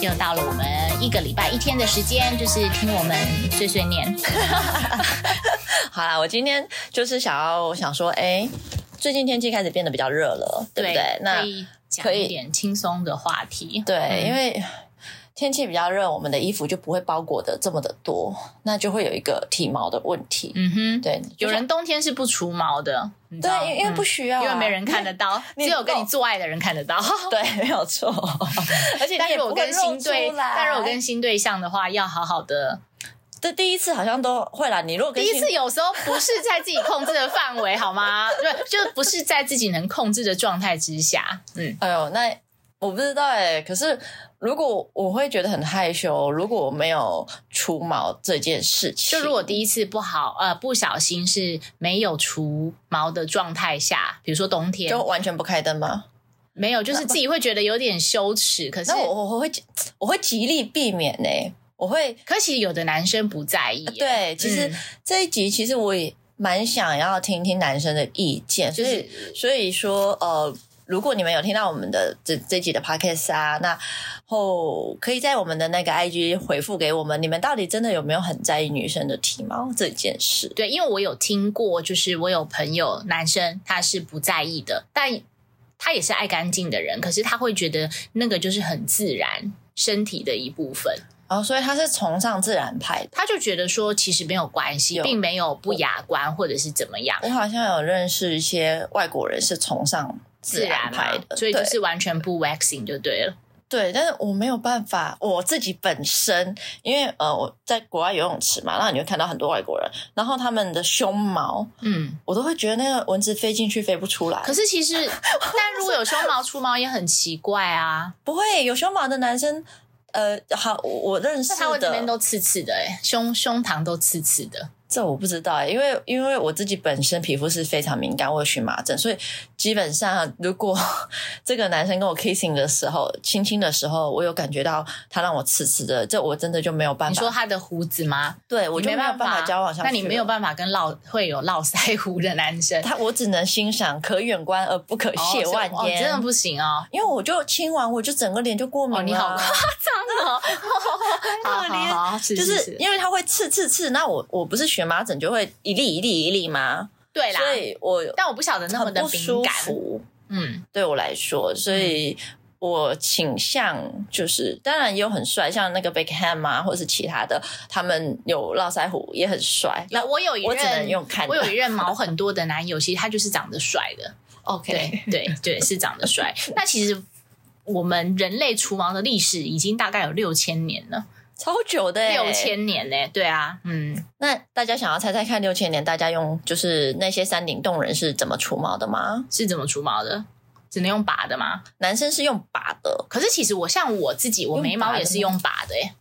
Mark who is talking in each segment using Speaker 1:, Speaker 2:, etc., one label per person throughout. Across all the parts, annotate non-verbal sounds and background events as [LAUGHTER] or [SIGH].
Speaker 1: 又到了我们一个礼拜一天的时间，就是听我们碎碎念。
Speaker 2: 好啦，我今天就是想要，我想说，哎，最近天气开始变得比较热了，对不对？那
Speaker 1: 可以嗯讲一点轻松的话题。
Speaker 2: 对，因为天气比较热，我们的衣服就不会包裹的这么的多，那就会有一个体毛的问题。
Speaker 1: 嗯哼，
Speaker 2: 对，
Speaker 1: 有人冬天是不除毛的，你知道
Speaker 2: 对，因因为不需要啊、
Speaker 1: 嗯因为没人看得到，
Speaker 2: 你
Speaker 1: 只有 [LAUGHS] 跟你哦做爱的人看得到。
Speaker 2: 对，没有 [LAUGHS] 错。而且
Speaker 1: [LAUGHS] 但
Speaker 2: 你也
Speaker 1: 是我
Speaker 2: 不会
Speaker 1: 跟新
Speaker 2: 露
Speaker 1: 对
Speaker 2: 出，来哎
Speaker 1: 但是我跟新对象的话，要好好的。
Speaker 2: 这第一次好像都会啦。你如果跟
Speaker 1: 第一
Speaker 2: 新
Speaker 1: 次有时候不是在自己控制的范围，好吗？ [LAUGHS] 对，就不是在自己能控制的状态之下。嗯，
Speaker 2: 哎呦，那我不知道哎、可是如果我会觉得很害羞，如果我没有除毛这件事情，
Speaker 1: 就如果第一次不好，呃，不小心是没有除毛的状态下，比如说冬天
Speaker 2: 就完全不开灯吗？
Speaker 1: 没有，就是自己会觉得有点羞耻。可是
Speaker 2: 那，我我我会我会极力避免呢、我会
Speaker 1: 可是其实有的男生不在意耶。
Speaker 2: 对。其实
Speaker 1: 嗯
Speaker 2: 这一集其实我也蛮想要听听男生的意见，所
Speaker 1: 就
Speaker 2: 以
Speaker 1: 是
Speaker 2: 所以说呃。如果你们有听到我们的这这集的 podcast 啊，那后可以在我们的那个 IG 回复给我们，你们到底真的有没有很在意女生的体毛这件事？
Speaker 1: 对，因为我有听过，就是我有朋友男生他是不在意的，但他也是爱干净的人，可是他会觉得那个就是很自然身体的一部分，
Speaker 2: 哦，所以他是崇尚自然派的。
Speaker 1: 他就觉得说其实没有关系，
Speaker 2: 有
Speaker 1: 并没有不雅观或者是怎么样。
Speaker 2: 我好像有认识一些外国人是崇尚自然
Speaker 1: 嘛
Speaker 2: 派的，
Speaker 1: 啊所以就
Speaker 2: 对
Speaker 1: 是完全不 waxing 就对了。
Speaker 2: 对，但是我没有办法，我自己本身，因为呃我在国外游泳池嘛，然后你会看到很多外国人，然后他们的胸毛，
Speaker 1: 嗯，
Speaker 2: 我都会觉得那个蚊子飞进去飞不出来。
Speaker 1: 可是其实，但如果有胸毛出毛也很奇怪啊，
Speaker 2: 不会有胸毛的男生，呃，好，我我认识
Speaker 1: 那他会这边
Speaker 2: 的，
Speaker 1: 都刺刺的、欸，胸胸膛都刺刺的。
Speaker 2: 这我不知道、欸因为因为我自己本身皮肤是非常敏感，我有荨麻疹，所以基本上如果 [LAUGHS] 这个男生跟我 kissing 的时候，亲亲的时候，我有感觉到他让我刺刺的，这我真的就没有办
Speaker 1: 你
Speaker 2: 法。
Speaker 1: 说他的胡子吗？
Speaker 2: 对我就
Speaker 1: 没
Speaker 2: 有办法交往下去
Speaker 1: 那
Speaker 2: 了。
Speaker 1: 你没有办法跟落会有落腮胡的男生，
Speaker 2: 他我只能欣赏，可远观而不可
Speaker 1: 哦
Speaker 2: 亵玩
Speaker 1: 哦
Speaker 2: 焉。
Speaker 1: 真的不行哦。
Speaker 2: 因为我就亲完，我就整个脸就过敏了。
Speaker 1: 哦，你好夸张哦，好
Speaker 2: 可怜
Speaker 1: 好好，是
Speaker 2: 就是是
Speaker 1: 是
Speaker 2: 因为它会刺刺刺，那我我不是荨麻疹就会一粒一粒一粒吗？
Speaker 1: 对啦，
Speaker 2: 所以我
Speaker 1: 但我不晓得那么
Speaker 2: 很
Speaker 1: 的
Speaker 2: 不
Speaker 1: 敏
Speaker 2: 舒
Speaker 1: 感，
Speaker 2: 服，
Speaker 1: 嗯，
Speaker 2: 对我来说，所以我倾向就是，当然也有很帅，像那个 Beckham 啊，或者是其他的，他们有络腮胡也很帅。那
Speaker 1: 有我有一
Speaker 2: 我只能
Speaker 1: 任
Speaker 2: 用看的
Speaker 1: 我有一任毛很多的男友，其实他就是长得帅的，
Speaker 2: OK，
Speaker 1: 对对对，是长得帅。那其实我们人类除毛的历史已经大概有六千年了，
Speaker 2: [LAUGHS] 超久的欸
Speaker 1: 六。千年呢、对啊，嗯，
Speaker 2: 那大家想要猜猜看，六千年大家用就是那些山顶洞人是怎么除毛的吗？
Speaker 1: 是怎么除毛的？只能用拔的吗？
Speaker 2: 男生是用拔的，
Speaker 1: 可是其实我像我自己，我眉毛也是用拔的、欸，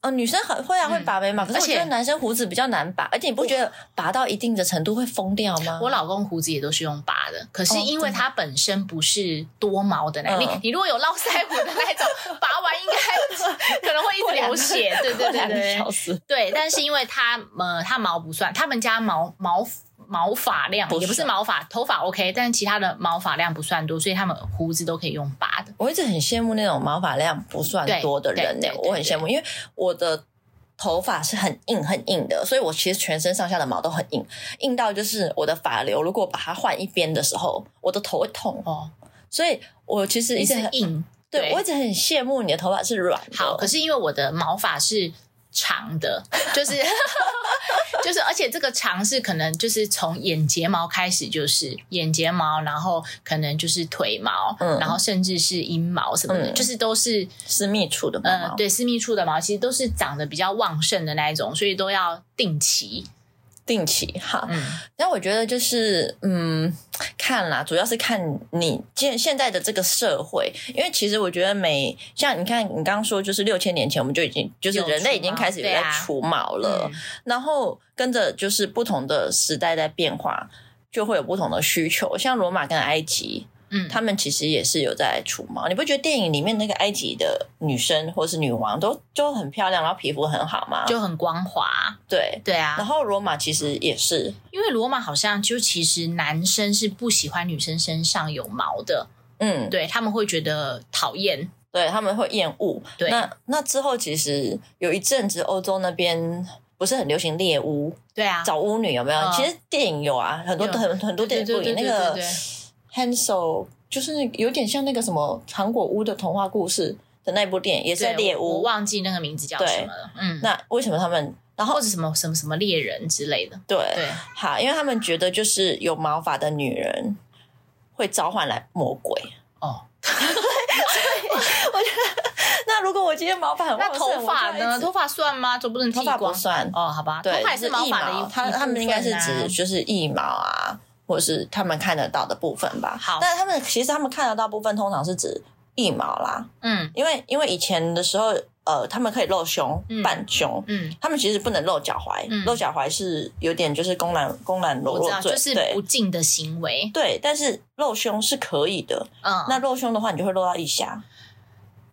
Speaker 2: 哦，女生很会啊，会拔眉毛，可是
Speaker 1: 嗯而
Speaker 2: 我
Speaker 1: 且
Speaker 2: 觉得男生胡子比较难拔，而且你不觉得拔到一定的程度会疯掉吗？
Speaker 1: 我老公胡子也都是用拔的，可是
Speaker 2: 哦
Speaker 1: 因为他本身不是多毛的那，
Speaker 2: 嗯
Speaker 1: 你你如果有络腮胡的那种，拔完应该 [LAUGHS] 可能会一直流
Speaker 2: [LAUGHS]
Speaker 1: 血，对对对
Speaker 2: 两个
Speaker 1: 对
Speaker 2: 小时，
Speaker 1: 对。但是因为他呃他毛不算，他们家毛毛毛发量
Speaker 2: 不
Speaker 1: 也不是
Speaker 2: 算
Speaker 1: 毛发，头发 OK，但其他的毛发量不算多，所以他们胡子都可以用拔的。
Speaker 2: 我一直很羡慕那种毛发量不算多的人呢、
Speaker 1: 对对对对
Speaker 2: 我很羡慕，因为我的头发是很硬很硬的，所以我其实全身上下的毛都很硬，硬到就是我的发流，如果把它换一边的时候，我的头会痛，
Speaker 1: 哦，
Speaker 2: 所以我其实一哦
Speaker 1: 你
Speaker 2: 直
Speaker 1: 是
Speaker 2: 很
Speaker 1: 硬
Speaker 2: 对我一直很羡慕你的头发是软的，
Speaker 1: 好，可是因为我的毛发是长的，就是 [LAUGHS] 就是，而且这个长是可能就是从眼睫毛开始，就是眼睫毛，然后可能就是腿毛，
Speaker 2: 嗯
Speaker 1: 然后甚至是阴毛什么的，
Speaker 2: 嗯
Speaker 1: 就是都是
Speaker 2: 私密处的毛
Speaker 1: 呃
Speaker 2: 毛，，
Speaker 1: 对私密处的毛，其实都是长得比较旺盛的那一种，所以都要定期。
Speaker 2: 定期哈。
Speaker 1: 嗯，
Speaker 2: 但我觉得就是，嗯，看啦，主要是看你现现在的这个社会，因为其实我觉得每像你看你刚刚说，就是六千年前我们就已经就是
Speaker 1: 有
Speaker 2: 人类已
Speaker 1: 除
Speaker 2: 经
Speaker 1: 毛
Speaker 2: 开始有
Speaker 1: 对
Speaker 2: 在
Speaker 1: 啊
Speaker 2: 除毛了，
Speaker 1: 嗯
Speaker 2: 然后跟着就是不同的时代在变化，就会有不同的需求。像罗马跟埃及，
Speaker 1: 嗯，
Speaker 2: 他们其实也是有在除毛。你不觉得电影里面那个埃及的女生或是女王都就很漂亮，然后皮肤很好吗？
Speaker 1: 就很光滑，
Speaker 2: 对。
Speaker 1: 对啊。
Speaker 2: 然后罗马其实也是，
Speaker 1: 因为罗马好像就其实男生是不喜欢女生身上有毛的，
Speaker 2: 嗯，
Speaker 1: 对他们会觉得讨厌，
Speaker 2: 对他们会厌恶。
Speaker 1: 对
Speaker 2: 那那之后其实有一阵子欧洲那边。不是很流行猎巫、
Speaker 1: 对啊，
Speaker 2: 找巫女有没有？
Speaker 1: 嗯
Speaker 2: 其实电影有啊，很多
Speaker 1: 有
Speaker 2: 很很多
Speaker 1: 对
Speaker 2: 电
Speaker 1: 对
Speaker 2: 影不
Speaker 1: 对
Speaker 2: 影
Speaker 1: 对
Speaker 2: 那
Speaker 1: 对
Speaker 2: 个
Speaker 1: 对
Speaker 2: Hansel 就是那有点像那个什么韩国屋的童话故事的那部电影，也是在
Speaker 1: 对
Speaker 2: 猎
Speaker 1: 我我
Speaker 2: 屋。
Speaker 1: 忘记那个名字叫什么了，嗯，
Speaker 2: 那为什么他们？然后
Speaker 1: 或者什么什么什么猎人之类的，
Speaker 2: 对
Speaker 1: 对
Speaker 2: 好，因为他们觉得就是有毛发的女人会召唤来魔鬼。 [LAUGHS]
Speaker 1: 哦，
Speaker 2: 那如果我今天毛发很
Speaker 1: 那
Speaker 2: 旺盛，
Speaker 1: 头发呢？
Speaker 2: 我就要一直
Speaker 1: 头发算吗？总不能剃
Speaker 2: 头发
Speaker 1: 光
Speaker 2: 不算
Speaker 1: 哦，好吧，
Speaker 2: 对，
Speaker 1: 头发也是毛发的
Speaker 2: 就
Speaker 1: 一
Speaker 2: 腋毛他
Speaker 1: 一
Speaker 2: 他们
Speaker 1: 部
Speaker 2: 应该是
Speaker 1: 分啊
Speaker 2: 指就是腋毛啊，或是他们看得到的部分吧。
Speaker 1: 好
Speaker 2: 但他们其实他们看得到部分通常是指腋毛啦，
Speaker 1: 嗯
Speaker 2: 因为因为以前的时候，呃，他们可以露胸、
Speaker 1: 嗯
Speaker 2: 半胸。
Speaker 1: 嗯，
Speaker 2: 他们其实不能露脚踝，
Speaker 1: 嗯
Speaker 2: 露脚踝是有点就是公然公然裸
Speaker 1: 我知
Speaker 2: 露
Speaker 1: 道，
Speaker 2: 罪，
Speaker 1: 就是
Speaker 2: 对
Speaker 1: 不敬的行为，
Speaker 2: 对，但是露胸是可以的。
Speaker 1: 嗯，
Speaker 2: 那露胸的话，你就会露到腋下，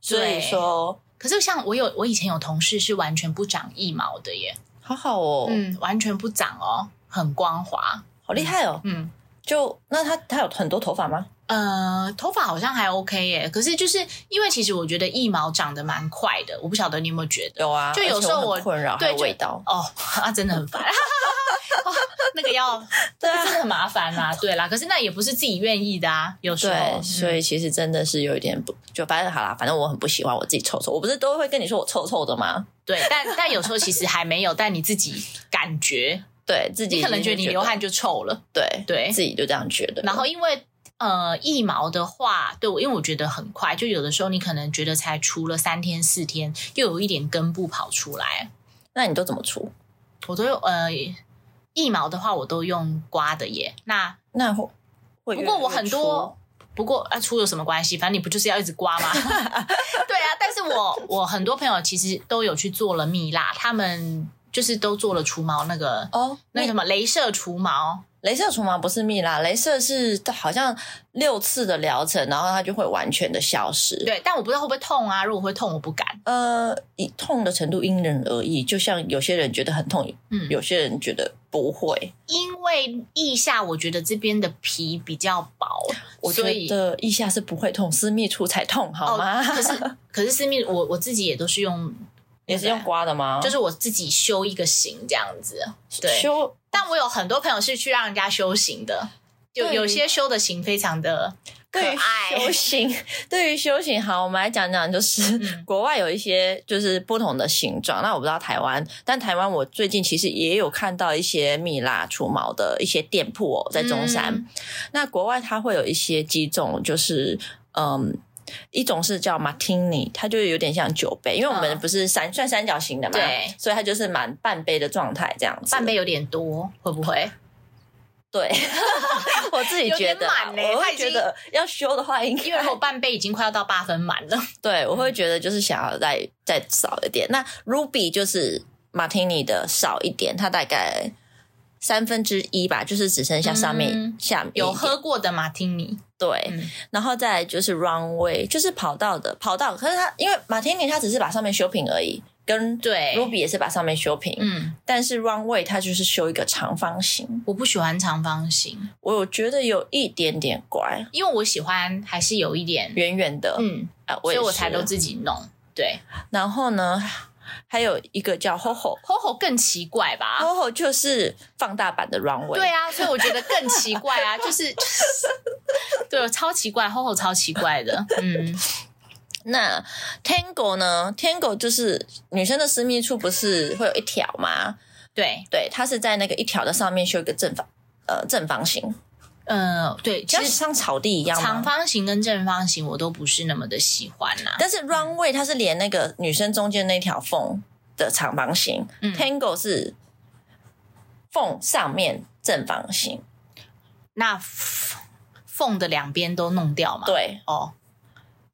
Speaker 2: 所以
Speaker 1: 对。
Speaker 2: 说
Speaker 1: 可是像我有我以前有同事是完全不长腋毛的耶，
Speaker 2: 好好哦，
Speaker 1: 嗯，完全不长哦，很光滑，
Speaker 2: 好厉害哦。
Speaker 1: 嗯。
Speaker 2: 就那他他有很多头发吗？
Speaker 1: 呃，头发好像还 OK 耶，可是就是因为其实我觉得腋毛长得蛮快的，我不晓得你有没有觉得
Speaker 2: 有啊，
Speaker 1: 就有
Speaker 2: 而且
Speaker 1: 时候
Speaker 2: 我
Speaker 1: 我
Speaker 2: 很困扰还
Speaker 1: 对
Speaker 2: 有味道，
Speaker 1: 哦， [LAUGHS] 啊，真的很
Speaker 2: [LAUGHS]
Speaker 1: 烦，哦那个要
Speaker 2: 对啊
Speaker 1: 真的很麻烦啦，对啦，可是那也不是自己愿意的啊，有时候嗯
Speaker 2: 对，所以其实真的是有一点不，就反正好啦，反正我很不喜欢我自己臭臭，我不是都会跟你说我臭臭的吗？
Speaker 1: 对，但但有时候其实还没有，但你自己感觉，
Speaker 2: 对 [LAUGHS] 自己
Speaker 1: 你可能觉得
Speaker 2: 已经
Speaker 1: 你流，汗就臭了，
Speaker 2: 对
Speaker 1: 对
Speaker 2: 自己就这样觉得。
Speaker 1: 然后因为呃腋毛的话，对我因为我觉得很快，就有的时候你可能觉得才除了三天四天，又有一点根部跑出来，
Speaker 2: 那你都怎么除？
Speaker 1: 我都用呃腋毛的话，我都用刮的耶。那
Speaker 2: 那会会
Speaker 1: 不过我
Speaker 2: 越来越
Speaker 1: 很多，不过啊，出有什么关系？反正你不就是要一直刮吗？对啊，但是我我很多朋友其实都有去做了蜜蜡，他们就是都做了除毛那个
Speaker 2: 粗哦，
Speaker 1: 那个什么镭射除毛，
Speaker 2: 镭射除毛不是蜜蜡，镭射是好像六次的疗程，然后它就会完全的消失。，
Speaker 1: 对，但我不知道会不会痛啊，如果会痛，我不敢。
Speaker 2: 呃，以痛的程度因人而异，就像有些人觉得很痛，
Speaker 1: 嗯
Speaker 2: 有些人觉得不会。
Speaker 1: 因为腋下我觉得这边的皮比较薄，
Speaker 2: 我觉
Speaker 1: 所以
Speaker 2: 得腋下是不会痛，私密处才痛，好
Speaker 1: 哦
Speaker 2: 吗？，
Speaker 1: 可是 [LAUGHS] 可是私密，我我自己也都是用，
Speaker 2: 也是用刮的吗？
Speaker 1: 就是我自己修一个型这样子，对，
Speaker 2: 修
Speaker 1: 但我有很多朋友是去让人家修行的，有
Speaker 2: 对
Speaker 1: 有些修的行非常的可
Speaker 2: 对于修
Speaker 1: 爱，
Speaker 2: 行，对于修行，好，我们来讲讲，就是、
Speaker 1: 嗯
Speaker 2: [LAUGHS] 国外有一些就是不同的形状。那我不知道台湾，但台湾我最近其实也有看到一些蜜蜡除毛的一些店铺哦，在中山。
Speaker 1: 嗯
Speaker 2: 那国外它会有一些几种，就是嗯。一种是叫 martini，它就有点像酒杯，因为我们
Speaker 1: 嗯
Speaker 2: 不是三、算三角形的嘛，
Speaker 1: 对
Speaker 2: 所以它就是满半杯的状态这样子。
Speaker 1: 半杯有点多，会不会？
Speaker 2: 对， [LAUGHS] 我自己
Speaker 1: 有
Speaker 2: 觉
Speaker 1: 点
Speaker 2: 得啊，
Speaker 1: 满嘞
Speaker 2: 我
Speaker 1: 它
Speaker 2: 会
Speaker 1: 已
Speaker 2: 觉
Speaker 1: 经
Speaker 2: 得要修的话，应该
Speaker 1: 因为如果半杯已经快要到八分满
Speaker 2: [LAUGHS]
Speaker 1: 了，
Speaker 2: 对我会觉得就是想要再再少一点。那 Ruby 就是马提尼的少一点，它大概三分之一吧，就是只剩下上面、
Speaker 1: 嗯
Speaker 2: 下面一点
Speaker 1: 有喝过的马听你，
Speaker 2: 对，
Speaker 1: 嗯
Speaker 2: 然后再来就是 runway，就是跑道的跑道。可是它因为马提尼它只是把上面修平而已，跟
Speaker 1: 对
Speaker 2: Ruby 也是把上面修平，
Speaker 1: 嗯，
Speaker 2: 但是 runway 它就是修一个长方形，
Speaker 1: 我不喜欢长方形，
Speaker 2: 我有觉得有一点点乖，
Speaker 1: 因为我喜欢还是有一点，
Speaker 2: 圆圆的，
Speaker 1: 嗯，
Speaker 2: 啊，
Speaker 1: 所以
Speaker 2: 也
Speaker 1: 我
Speaker 2: 是
Speaker 1: 才都自己弄。对
Speaker 2: 然后呢，还有一个叫 ho ho。
Speaker 1: ，HoHo 更奇怪吧？
Speaker 2: Coho 就是放大版的
Speaker 1: 啊
Speaker 2: runway，
Speaker 1: 对啊，所以我觉得更奇怪
Speaker 2: [LAUGHS]
Speaker 1: 啊，就是，对，超奇怪，HoHo 超奇怪的，嗯，
Speaker 2: 那 Tango 呢？Tango 就是女生的私密处不是会有一条吗？
Speaker 1: 对，
Speaker 2: 对，它是在那个一条的上面修一个正方呃正方形，
Speaker 1: 呃，对，其
Speaker 2: 像
Speaker 1: 实
Speaker 2: 像草地一样吗
Speaker 1: 长方形跟正方形我都不是那么的喜欢啊呐、
Speaker 2: 但是 runway 它是连那个女生中间那条缝的长方形、
Speaker 1: 嗯
Speaker 2: t a n g o 是缝上面正方形。
Speaker 1: 那缝的两边都弄掉嘛？，
Speaker 2: 对，
Speaker 1: 哦。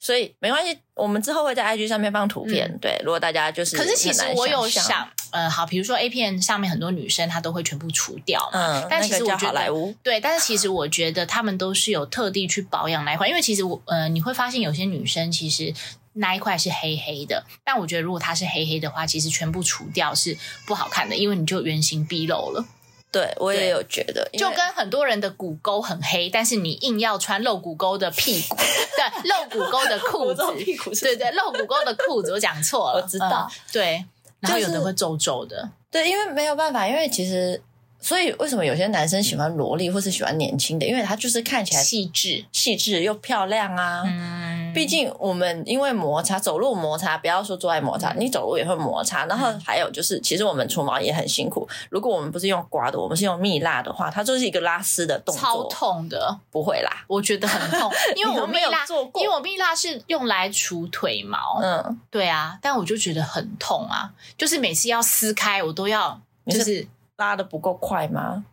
Speaker 2: 所以没关系，我们之后会在 IG 上面放图片。对，如果大家就是
Speaker 1: 嗯可是其实
Speaker 2: 很难
Speaker 1: 我有
Speaker 2: 想象，
Speaker 1: 想，呃，好，比如说 A 片上面很多女生她都会全部除掉嘛，
Speaker 2: 嗯，
Speaker 1: 啊但其实
Speaker 2: 那个
Speaker 1: 我
Speaker 2: 叫
Speaker 1: 觉
Speaker 2: 好莱
Speaker 1: 得。
Speaker 2: 坞，
Speaker 1: 对，但是其实我觉得她们都是有特地去保养那一块，因为其实我呃，你会发现有些女生其实那一块是黑黑的，但我觉得如果它是黑黑的话，其实全部除掉是不好看的，因为你就原形毕露了。
Speaker 2: 对我也有觉得，因
Speaker 1: 就
Speaker 2: 为
Speaker 1: 跟很多人的骨沟很黑，但是你硬要穿露骨沟的屁股，对，露骨沟的裤
Speaker 2: 我
Speaker 1: 子
Speaker 2: 这，种屁股是
Speaker 1: 对对，露骨沟的裤子，我讲错了，
Speaker 2: 我知道
Speaker 1: 嗯对。然后有
Speaker 2: 就
Speaker 1: 的
Speaker 2: 是
Speaker 1: 会皱皱的，
Speaker 2: 对，因为没有办法，因为其实所以为什么有些男生喜欢萝莉或是喜欢年轻的，因为他就是看起来
Speaker 1: 细致，
Speaker 2: 细致又漂亮啊。
Speaker 1: 嗯，
Speaker 2: 毕竟我们因为摩擦走路摩擦，不要说坐在摩
Speaker 1: 嗯
Speaker 2: 擦，你走路也会摩擦。然后还有就是，其实我们除毛也很辛苦。如果我们不是用刮的，我们是用蜜蜡的话，它就是一个拉丝的动作，
Speaker 1: 超痛的，
Speaker 2: 不会啦。
Speaker 1: 我觉得很 [LAUGHS] 痛，因为
Speaker 2: 你
Speaker 1: 我
Speaker 2: 都
Speaker 1: 蜜
Speaker 2: 没有
Speaker 1: 蜡，
Speaker 2: 做过
Speaker 1: 因为我蜜蜡是用来除腿毛，
Speaker 2: 嗯，
Speaker 1: 对啊，但我就觉得很痛啊，就是每次要撕开，我都要
Speaker 2: 你
Speaker 1: 就是是
Speaker 2: 拉的不够快吗？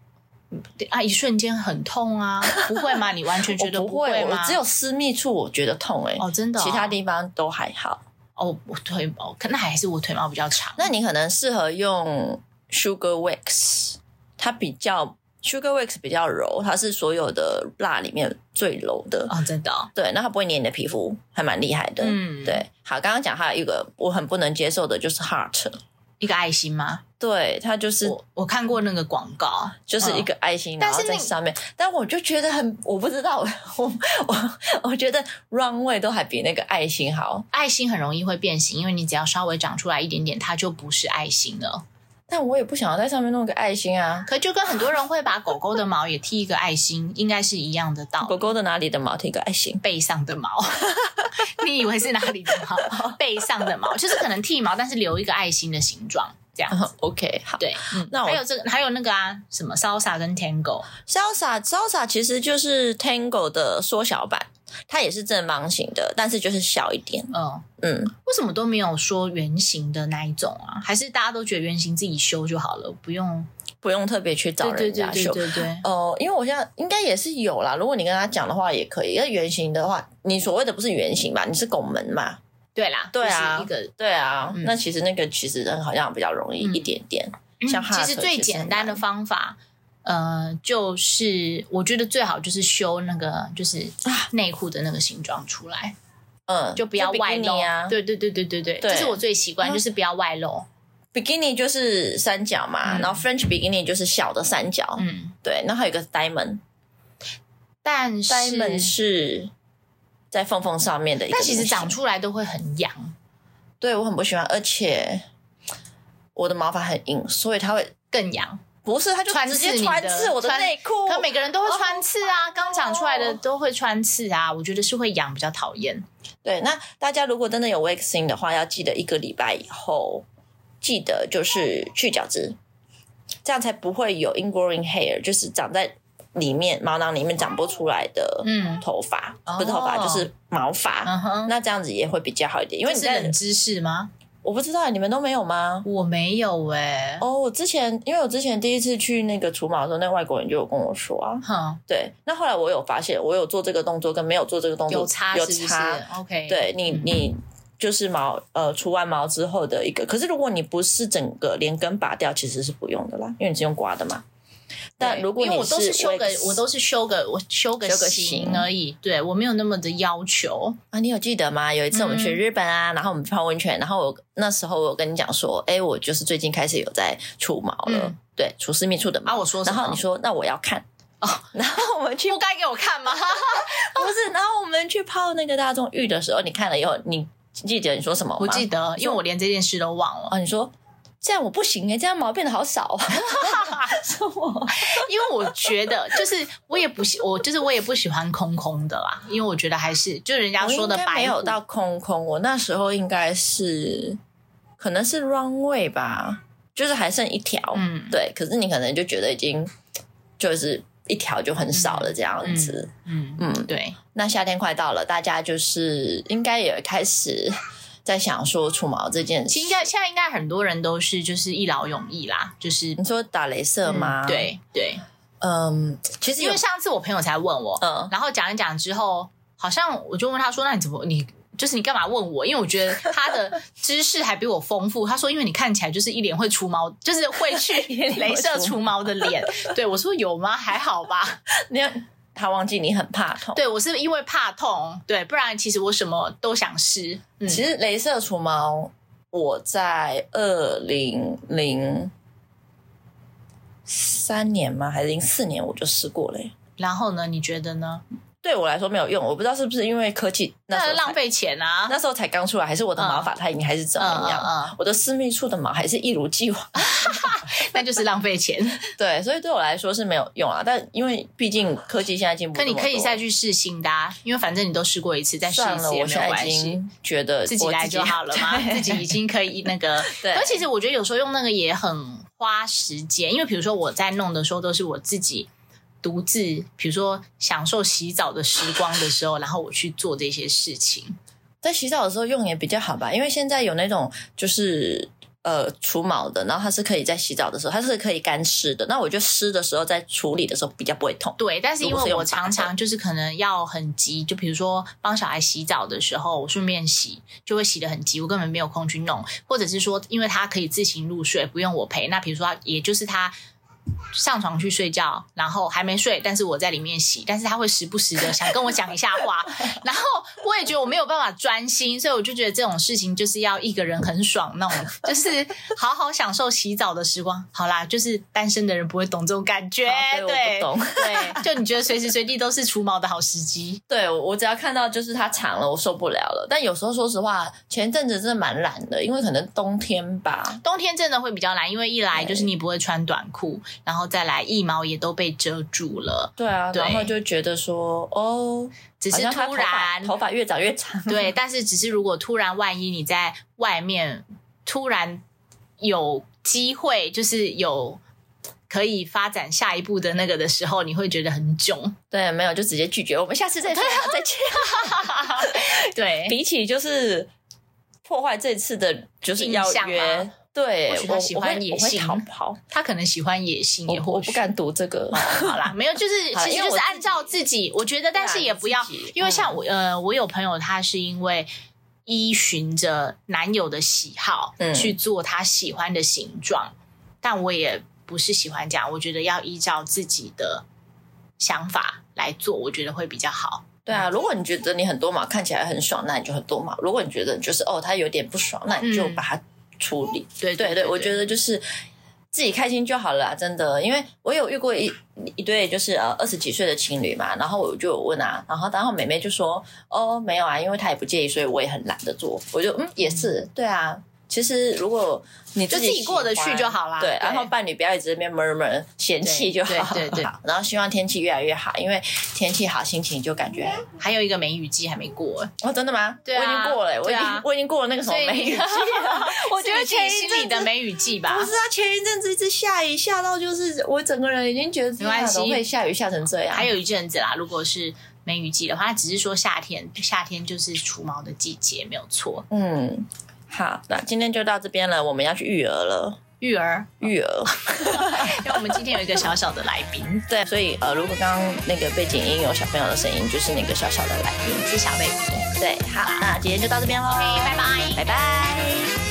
Speaker 1: 啊，一瞬间很痛啊，不会吗？你完全觉得
Speaker 2: [LAUGHS] 我不
Speaker 1: 会
Speaker 2: 我
Speaker 1: 吗？
Speaker 2: 只有私密处我觉得痛哎、
Speaker 1: 哦，真的哦、
Speaker 2: 其他地方都还好。
Speaker 1: 哦，我腿毛，可那还是我腿毛比较长。
Speaker 2: 那你可能适合用 Sugar Wax，它比较 Sugar Wax 比较柔，它是所有的蜡里面最柔的。
Speaker 1: 哦，真的、哦，
Speaker 2: 对，那它不会粘你的皮肤，还蛮厉害的。
Speaker 1: 嗯
Speaker 2: 对。好，刚刚讲还有一个我很不能接受的就是 Heart，
Speaker 1: 一个爱心吗？
Speaker 2: 对，它就是
Speaker 1: 我我看过那个广告，
Speaker 2: 就是一个爱心，
Speaker 1: 但
Speaker 2: 然
Speaker 1: 是
Speaker 2: 后在
Speaker 1: 那
Speaker 2: 上面。但我就觉得很，我不知道， [LAUGHS] 我我我觉得 runway 都还比那个爱心好。
Speaker 1: 爱心很容易会变形，因为你只要稍微长出来一点点，它就不是爱心了。
Speaker 2: 但我也不想要在上面弄个爱心啊。
Speaker 1: 可就跟很多人会把狗狗的毛也剃一个爱心，应该是一样的道
Speaker 2: 狗
Speaker 1: 理。
Speaker 2: 狗的哪里的毛剃个爱心？ [LAUGHS]
Speaker 1: 背上的毛， [LAUGHS] 你以为是哪里的
Speaker 2: [LAUGHS]
Speaker 1: 毛？背上的毛就是可能剃毛，但是留一个爱心的形状，这样。
Speaker 2: OK，好。
Speaker 1: 对，嗯
Speaker 2: 嗯那我
Speaker 1: 还有这个，还有那个啊，什么 salsa 跟 tango，
Speaker 2: salsa salsa 其实就是 tango 的缩小版，它也是正方形的，但是就是小一点。
Speaker 1: 嗯，
Speaker 2: 嗯，
Speaker 1: 为什么都没有说圆形的那一种啊？还是大家都觉得圆形自己修就好了，不用
Speaker 2: 不用特别去找人家修。
Speaker 1: 对
Speaker 2: [LAUGHS]
Speaker 1: 对，
Speaker 2: 哦、因为我现在应该也是有啦。如果你跟他讲的话，也可以。因为圆形的话，你所谓的不是圆形吧？你是拱门嘛？
Speaker 1: 对啦，
Speaker 2: 对啊
Speaker 1: 就是一个。
Speaker 2: 对啊，
Speaker 1: 嗯
Speaker 2: 那其实那个其实好像比较容易
Speaker 1: 嗯
Speaker 2: 一点点。
Speaker 1: 嗯
Speaker 2: 像哈
Speaker 1: 其实
Speaker 2: 特
Speaker 1: 最
Speaker 2: 其实
Speaker 1: 简
Speaker 2: 很
Speaker 1: 单
Speaker 2: 难
Speaker 1: 的方法，呃，就是我觉得最好就是修那个就是
Speaker 2: 啊
Speaker 1: 内裤的那个形状出来，
Speaker 2: 嗯，
Speaker 1: 就不要
Speaker 2: 比
Speaker 1: 外
Speaker 2: 基
Speaker 1: 露
Speaker 2: 尼啊。
Speaker 1: 对对对对对对，
Speaker 2: 对
Speaker 1: 这是我最习惯，
Speaker 2: 嗯
Speaker 1: 就是不要外露。
Speaker 2: 比基尼就是三角嘛，
Speaker 1: 嗯
Speaker 2: 然后 French bikini 就是小的三角。
Speaker 1: 嗯，
Speaker 2: 对，然后还有一个 diamond，diamond
Speaker 1: 但是
Speaker 2: 是在缝缝上面的一个
Speaker 1: 但
Speaker 2: 东西。
Speaker 1: 其实长出来都会很痒，
Speaker 2: 对我很不喜欢，而且我的毛发很硬，所以它会
Speaker 1: 更痒。
Speaker 2: 不是，它就
Speaker 1: 穿
Speaker 2: 直
Speaker 1: 刺
Speaker 2: 接
Speaker 1: 你
Speaker 2: 穿
Speaker 1: 的
Speaker 2: 刺我的
Speaker 1: 穿
Speaker 2: 内裤。哦
Speaker 1: 可每个人都会穿刺啊，刚长出来的都会穿刺啊，我觉得是会痒，比较讨厌。
Speaker 2: 对，那大家如果真的有 waxing 的话，要记得一个礼拜以后，记得就是去角质，这样才不会有 ingrowing hair，就是长在里面毛囊里面长不出来的
Speaker 1: 嗯
Speaker 2: 头发，
Speaker 1: 哦
Speaker 2: 不是头发就是毛发。
Speaker 1: 嗯哼，
Speaker 2: 那这样子也会比较好一点，因为
Speaker 1: 这
Speaker 2: 你
Speaker 1: 是
Speaker 2: 在
Speaker 1: 冷知识吗？
Speaker 2: 我不知道你们都没有吗？
Speaker 1: 我没有哎、
Speaker 2: 哦，我之前因为我之前第一次去那个除毛的时候，那个外国人就有跟我说啊，
Speaker 1: 哼，
Speaker 2: 对，那后来我有发现，我有做这个动作跟没有做这个动作
Speaker 1: 有差是
Speaker 2: 有
Speaker 1: 不是
Speaker 2: 差。
Speaker 1: ？OK，，
Speaker 2: 对你，你就是毛呃除完毛之后的一个，可是如果你不是整个连根拔掉，其实是不用的啦，因为你是用刮的嘛。但
Speaker 1: 对
Speaker 2: 如果
Speaker 1: 因为
Speaker 2: 你
Speaker 1: 我都是修个
Speaker 2: wax，
Speaker 1: 我都是修个我修个
Speaker 2: 修个
Speaker 1: 型
Speaker 2: 型
Speaker 1: 而已，对我没有那么的要求。
Speaker 2: 啊，你有记得吗？有一次我们去
Speaker 1: 嗯
Speaker 2: 日本啊，然后我们泡温泉，然后我那时候我有跟你讲说，哎，我就是最近开始有在除毛了，
Speaker 1: 嗯
Speaker 2: 对，除私密处的毛。
Speaker 1: 啊我说什
Speaker 2: 然
Speaker 1: 么
Speaker 2: 后你说那我要看
Speaker 1: 哦，
Speaker 2: 然后我们去
Speaker 1: 不该给我看吗？
Speaker 2: 不是，然后我们去泡那个大众浴的时候，你看了以后，你记得你说什么吗？
Speaker 1: 我记得，因为我连这件事都忘
Speaker 2: [LAUGHS]
Speaker 1: 了，
Speaker 2: 啊，你说这样我不行哎、这样毛变得好少啊。说我
Speaker 1: [LAUGHS] 因为我觉得就是我也不喜，我就是我也不喜欢空空的啦，因为我觉得还是就人家
Speaker 2: 我
Speaker 1: 说的
Speaker 2: 应该
Speaker 1: 白
Speaker 2: 没有
Speaker 1: 虎
Speaker 2: 到空空，我那时候应该是可能是 runway 吧，就是还剩一条。
Speaker 1: 嗯
Speaker 2: 对，可是你可能就觉得已经就是一条就很少了这样子。
Speaker 1: 嗯，
Speaker 2: 嗯
Speaker 1: 对，
Speaker 2: 那夏天快到了，大家就是应该也开始在想说除毛这件
Speaker 1: 其
Speaker 2: 事
Speaker 1: 实应。该现在应该很多人都是就是一劳永逸啦，就是
Speaker 2: 你说打镭射吗？
Speaker 1: 嗯，对对，
Speaker 2: 嗯，其实
Speaker 1: 因
Speaker 2: 有
Speaker 1: 为上次我朋友才问我， [LAUGHS]
Speaker 2: 嗯，
Speaker 1: 然后讲一讲之后，好像我就问他说：“那你怎么你？”就是你干嘛问我？因为我觉得他的知识还比我丰富。他说：“因为你看起来就是一脸会除毛，就是会
Speaker 2: [LAUGHS]
Speaker 1: 去
Speaker 2: 脸
Speaker 1: 镭
Speaker 2: 会
Speaker 1: 射
Speaker 2: 除
Speaker 1: 除毛的脸。”对我说：“有吗？还好
Speaker 2: [LAUGHS]
Speaker 1: 吧。
Speaker 2: 你要他忘记你很怕痛”。
Speaker 1: 对我是因为怕痛，对，不然其实我什么都想试。嗯，
Speaker 2: 其实镭射除毛，我在二零零三年吗？还是零四年我就试过了耶。
Speaker 1: 然后呢？你觉得呢？
Speaker 2: 对我来说没有用，我不知道是不是因为科技那时
Speaker 1: 那
Speaker 2: 候
Speaker 1: 浪
Speaker 2: 才
Speaker 1: 费钱啊！
Speaker 2: 那时候才刚出来，还是我的毛发太硬，还是怎么样？
Speaker 1: 嗯嗯嗯
Speaker 2: 我的私密处的毛还是一如既
Speaker 1: [LAUGHS]
Speaker 2: 往。
Speaker 1: 那就是浪费钱。
Speaker 2: [LAUGHS] 对，所以对我来说是没有用啊。但因为毕竟科技现在进步
Speaker 1: 可
Speaker 2: 那么
Speaker 1: 你
Speaker 2: 多，
Speaker 1: 可以再去试新的、啊，因为反正你都试过一次，再试
Speaker 2: 算
Speaker 1: 一
Speaker 2: 了，
Speaker 1: 次也
Speaker 2: 我
Speaker 1: 没有
Speaker 2: 现在
Speaker 1: 关
Speaker 2: 已
Speaker 1: 系。
Speaker 2: 经觉得
Speaker 1: 自己来就好了
Speaker 2: [LAUGHS]
Speaker 1: 嘛，自己已经可以那 [LAUGHS] 个。
Speaker 2: 对
Speaker 1: 可其实我觉得有时候用那个也很花时间，因为比如说我在弄的时候都是我自己独自，比如说享受洗澡的时光的时候，然后我去做这些事情。
Speaker 2: 在洗澡的时候用也比较好吧，因为现在有那种就是呃除毛的，然后它是可以在洗澡的时候，它是可以干湿的。那我觉得湿的时候在处理的时候比较不会痛。
Speaker 1: 对，但是因
Speaker 2: 如果是
Speaker 1: 为
Speaker 2: 用
Speaker 1: 我常
Speaker 2: 拔的
Speaker 1: 常就是可能要很急，就比如说帮小孩洗澡的时候，我顺便洗就会洗得很急，我根本没有空去弄，或者是说因为他可以自行入睡，不用我陪。那比如说他，也就是他上床去睡觉，然后还没睡，但是我在里面洗，但是他会时不时的想跟我讲一下话，
Speaker 2: [LAUGHS]
Speaker 1: 然后我也觉得我没有办法专心，所以我就觉得这种事情就是要一个人很爽那种，就是好好享受洗澡的时光。好啦，就是单身的人不会懂这种感觉，
Speaker 2: 啊好对我不
Speaker 1: 对，
Speaker 2: 懂 [LAUGHS]
Speaker 1: 对，就你觉得随时随地都是除毛的好时机，
Speaker 2: 对我，我只要看到就是它长了，我受不了了。但有时候说实话，前一阵子真的蛮懒的，因为可能冬天吧。
Speaker 1: 冬天真的会比较难，因为一来就是你不会穿短裤，然后再来腋毛也都被遮住了。
Speaker 2: 对啊，
Speaker 1: 对
Speaker 2: 然后就觉得说，哦，
Speaker 1: 只是
Speaker 2: 好像它头
Speaker 1: 突
Speaker 2: 发
Speaker 1: 然
Speaker 2: 头发越长越长，
Speaker 1: 对，但是只是如果突然万一你在外面突然有机会，就是有可以发展下一步的那个的时候，你会觉得很囧。 [LAUGHS]
Speaker 2: 对，没有就直接拒绝。我们下次再说，再见。
Speaker 1: 对，
Speaker 2: 比起就是破坏这次的就是邀
Speaker 1: 印象
Speaker 2: 约
Speaker 1: 吗，
Speaker 2: 对
Speaker 1: 或许他
Speaker 2: 我
Speaker 1: 喜
Speaker 2: 我
Speaker 1: 欢
Speaker 2: 会
Speaker 1: 野
Speaker 2: 我会
Speaker 1: 性哦
Speaker 2: 逃跑，
Speaker 1: 他可能喜欢野性，
Speaker 2: 我
Speaker 1: 也
Speaker 2: 我
Speaker 1: 或许
Speaker 2: 不。敢读这个。
Speaker 1: 哦好啦，没有，就是
Speaker 2: [LAUGHS] 好啦
Speaker 1: 其
Speaker 2: 因
Speaker 1: 实
Speaker 2: 为
Speaker 1: 就是
Speaker 2: 我自己啊
Speaker 1: 按照自己，我觉得，但是也不要
Speaker 2: 自己，嗯
Speaker 1: 因为像我呃，我有朋友他是因为依循着男友的喜好
Speaker 2: 嗯
Speaker 1: 去做他喜欢的形状，但我也不是喜欢这样，我觉得要依照自己的想法来做，我觉得会比较好。
Speaker 2: 对啊，如果你觉得你很多毛看起来很爽，那你就很多毛；如果你觉得就是哦，它有点不爽，那你就
Speaker 1: 嗯
Speaker 2: 把它处理。
Speaker 1: 对
Speaker 2: 对对，我觉
Speaker 1: 得
Speaker 2: 得就是自己开心就好了啦，真的。因为我有遇过一一对就是呃二十几岁的情侣嘛，然后我就有问啊，然后然后妹妹就说哦没有啊，因为她也不介意，所以我也很懒得做。我就嗯也是，对啊。其实如果你
Speaker 1: 就
Speaker 2: 自
Speaker 1: 自己过得去就好啦
Speaker 2: 对，
Speaker 1: 对
Speaker 2: 然后伴侣不要一直在那边 murmur 嫌弃就好，
Speaker 1: 对对对
Speaker 2: 然后希望天气越来越好，因为天气好，心情就感觉
Speaker 1: 还有一个梅雨季还没过，
Speaker 2: 哦，真的吗？
Speaker 1: 对啊
Speaker 2: 我已经过了，我
Speaker 1: 对
Speaker 2: 已经、
Speaker 1: 啊
Speaker 2: 我已经过了那个 [LAUGHS] 什么
Speaker 1: 所以。
Speaker 2: 梅雨季啊 [LAUGHS] 了
Speaker 1: 我觉得
Speaker 2: 是你
Speaker 1: 前
Speaker 2: 自己
Speaker 1: 心
Speaker 2: 心
Speaker 1: 里
Speaker 2: 里
Speaker 1: 的梅雨季吧
Speaker 2: 不，是啊，前一阵子一直下雨，下到就是我整个人已经觉得
Speaker 1: 没关系
Speaker 2: 怎么会下雨下成这样。
Speaker 1: 还有一阵子啦，如果是梅雨季的话，它只是说夏天，夏天就是除毛的季节，没有错。
Speaker 2: 嗯，好，那今天就到这边了，我们要去育儿了，
Speaker 1: 育儿， [LAUGHS]
Speaker 2: 育儿。
Speaker 1: 因为我们今天有一个小小的来宾，
Speaker 2: 对，所以呃，如果刚刚那个背景音有小朋友的声音，就是那个小小的来宾。
Speaker 1: 是小 baby。
Speaker 2: 对，好，那今天就到这边喽，
Speaker 1: OK，拜拜
Speaker 2: 拜拜。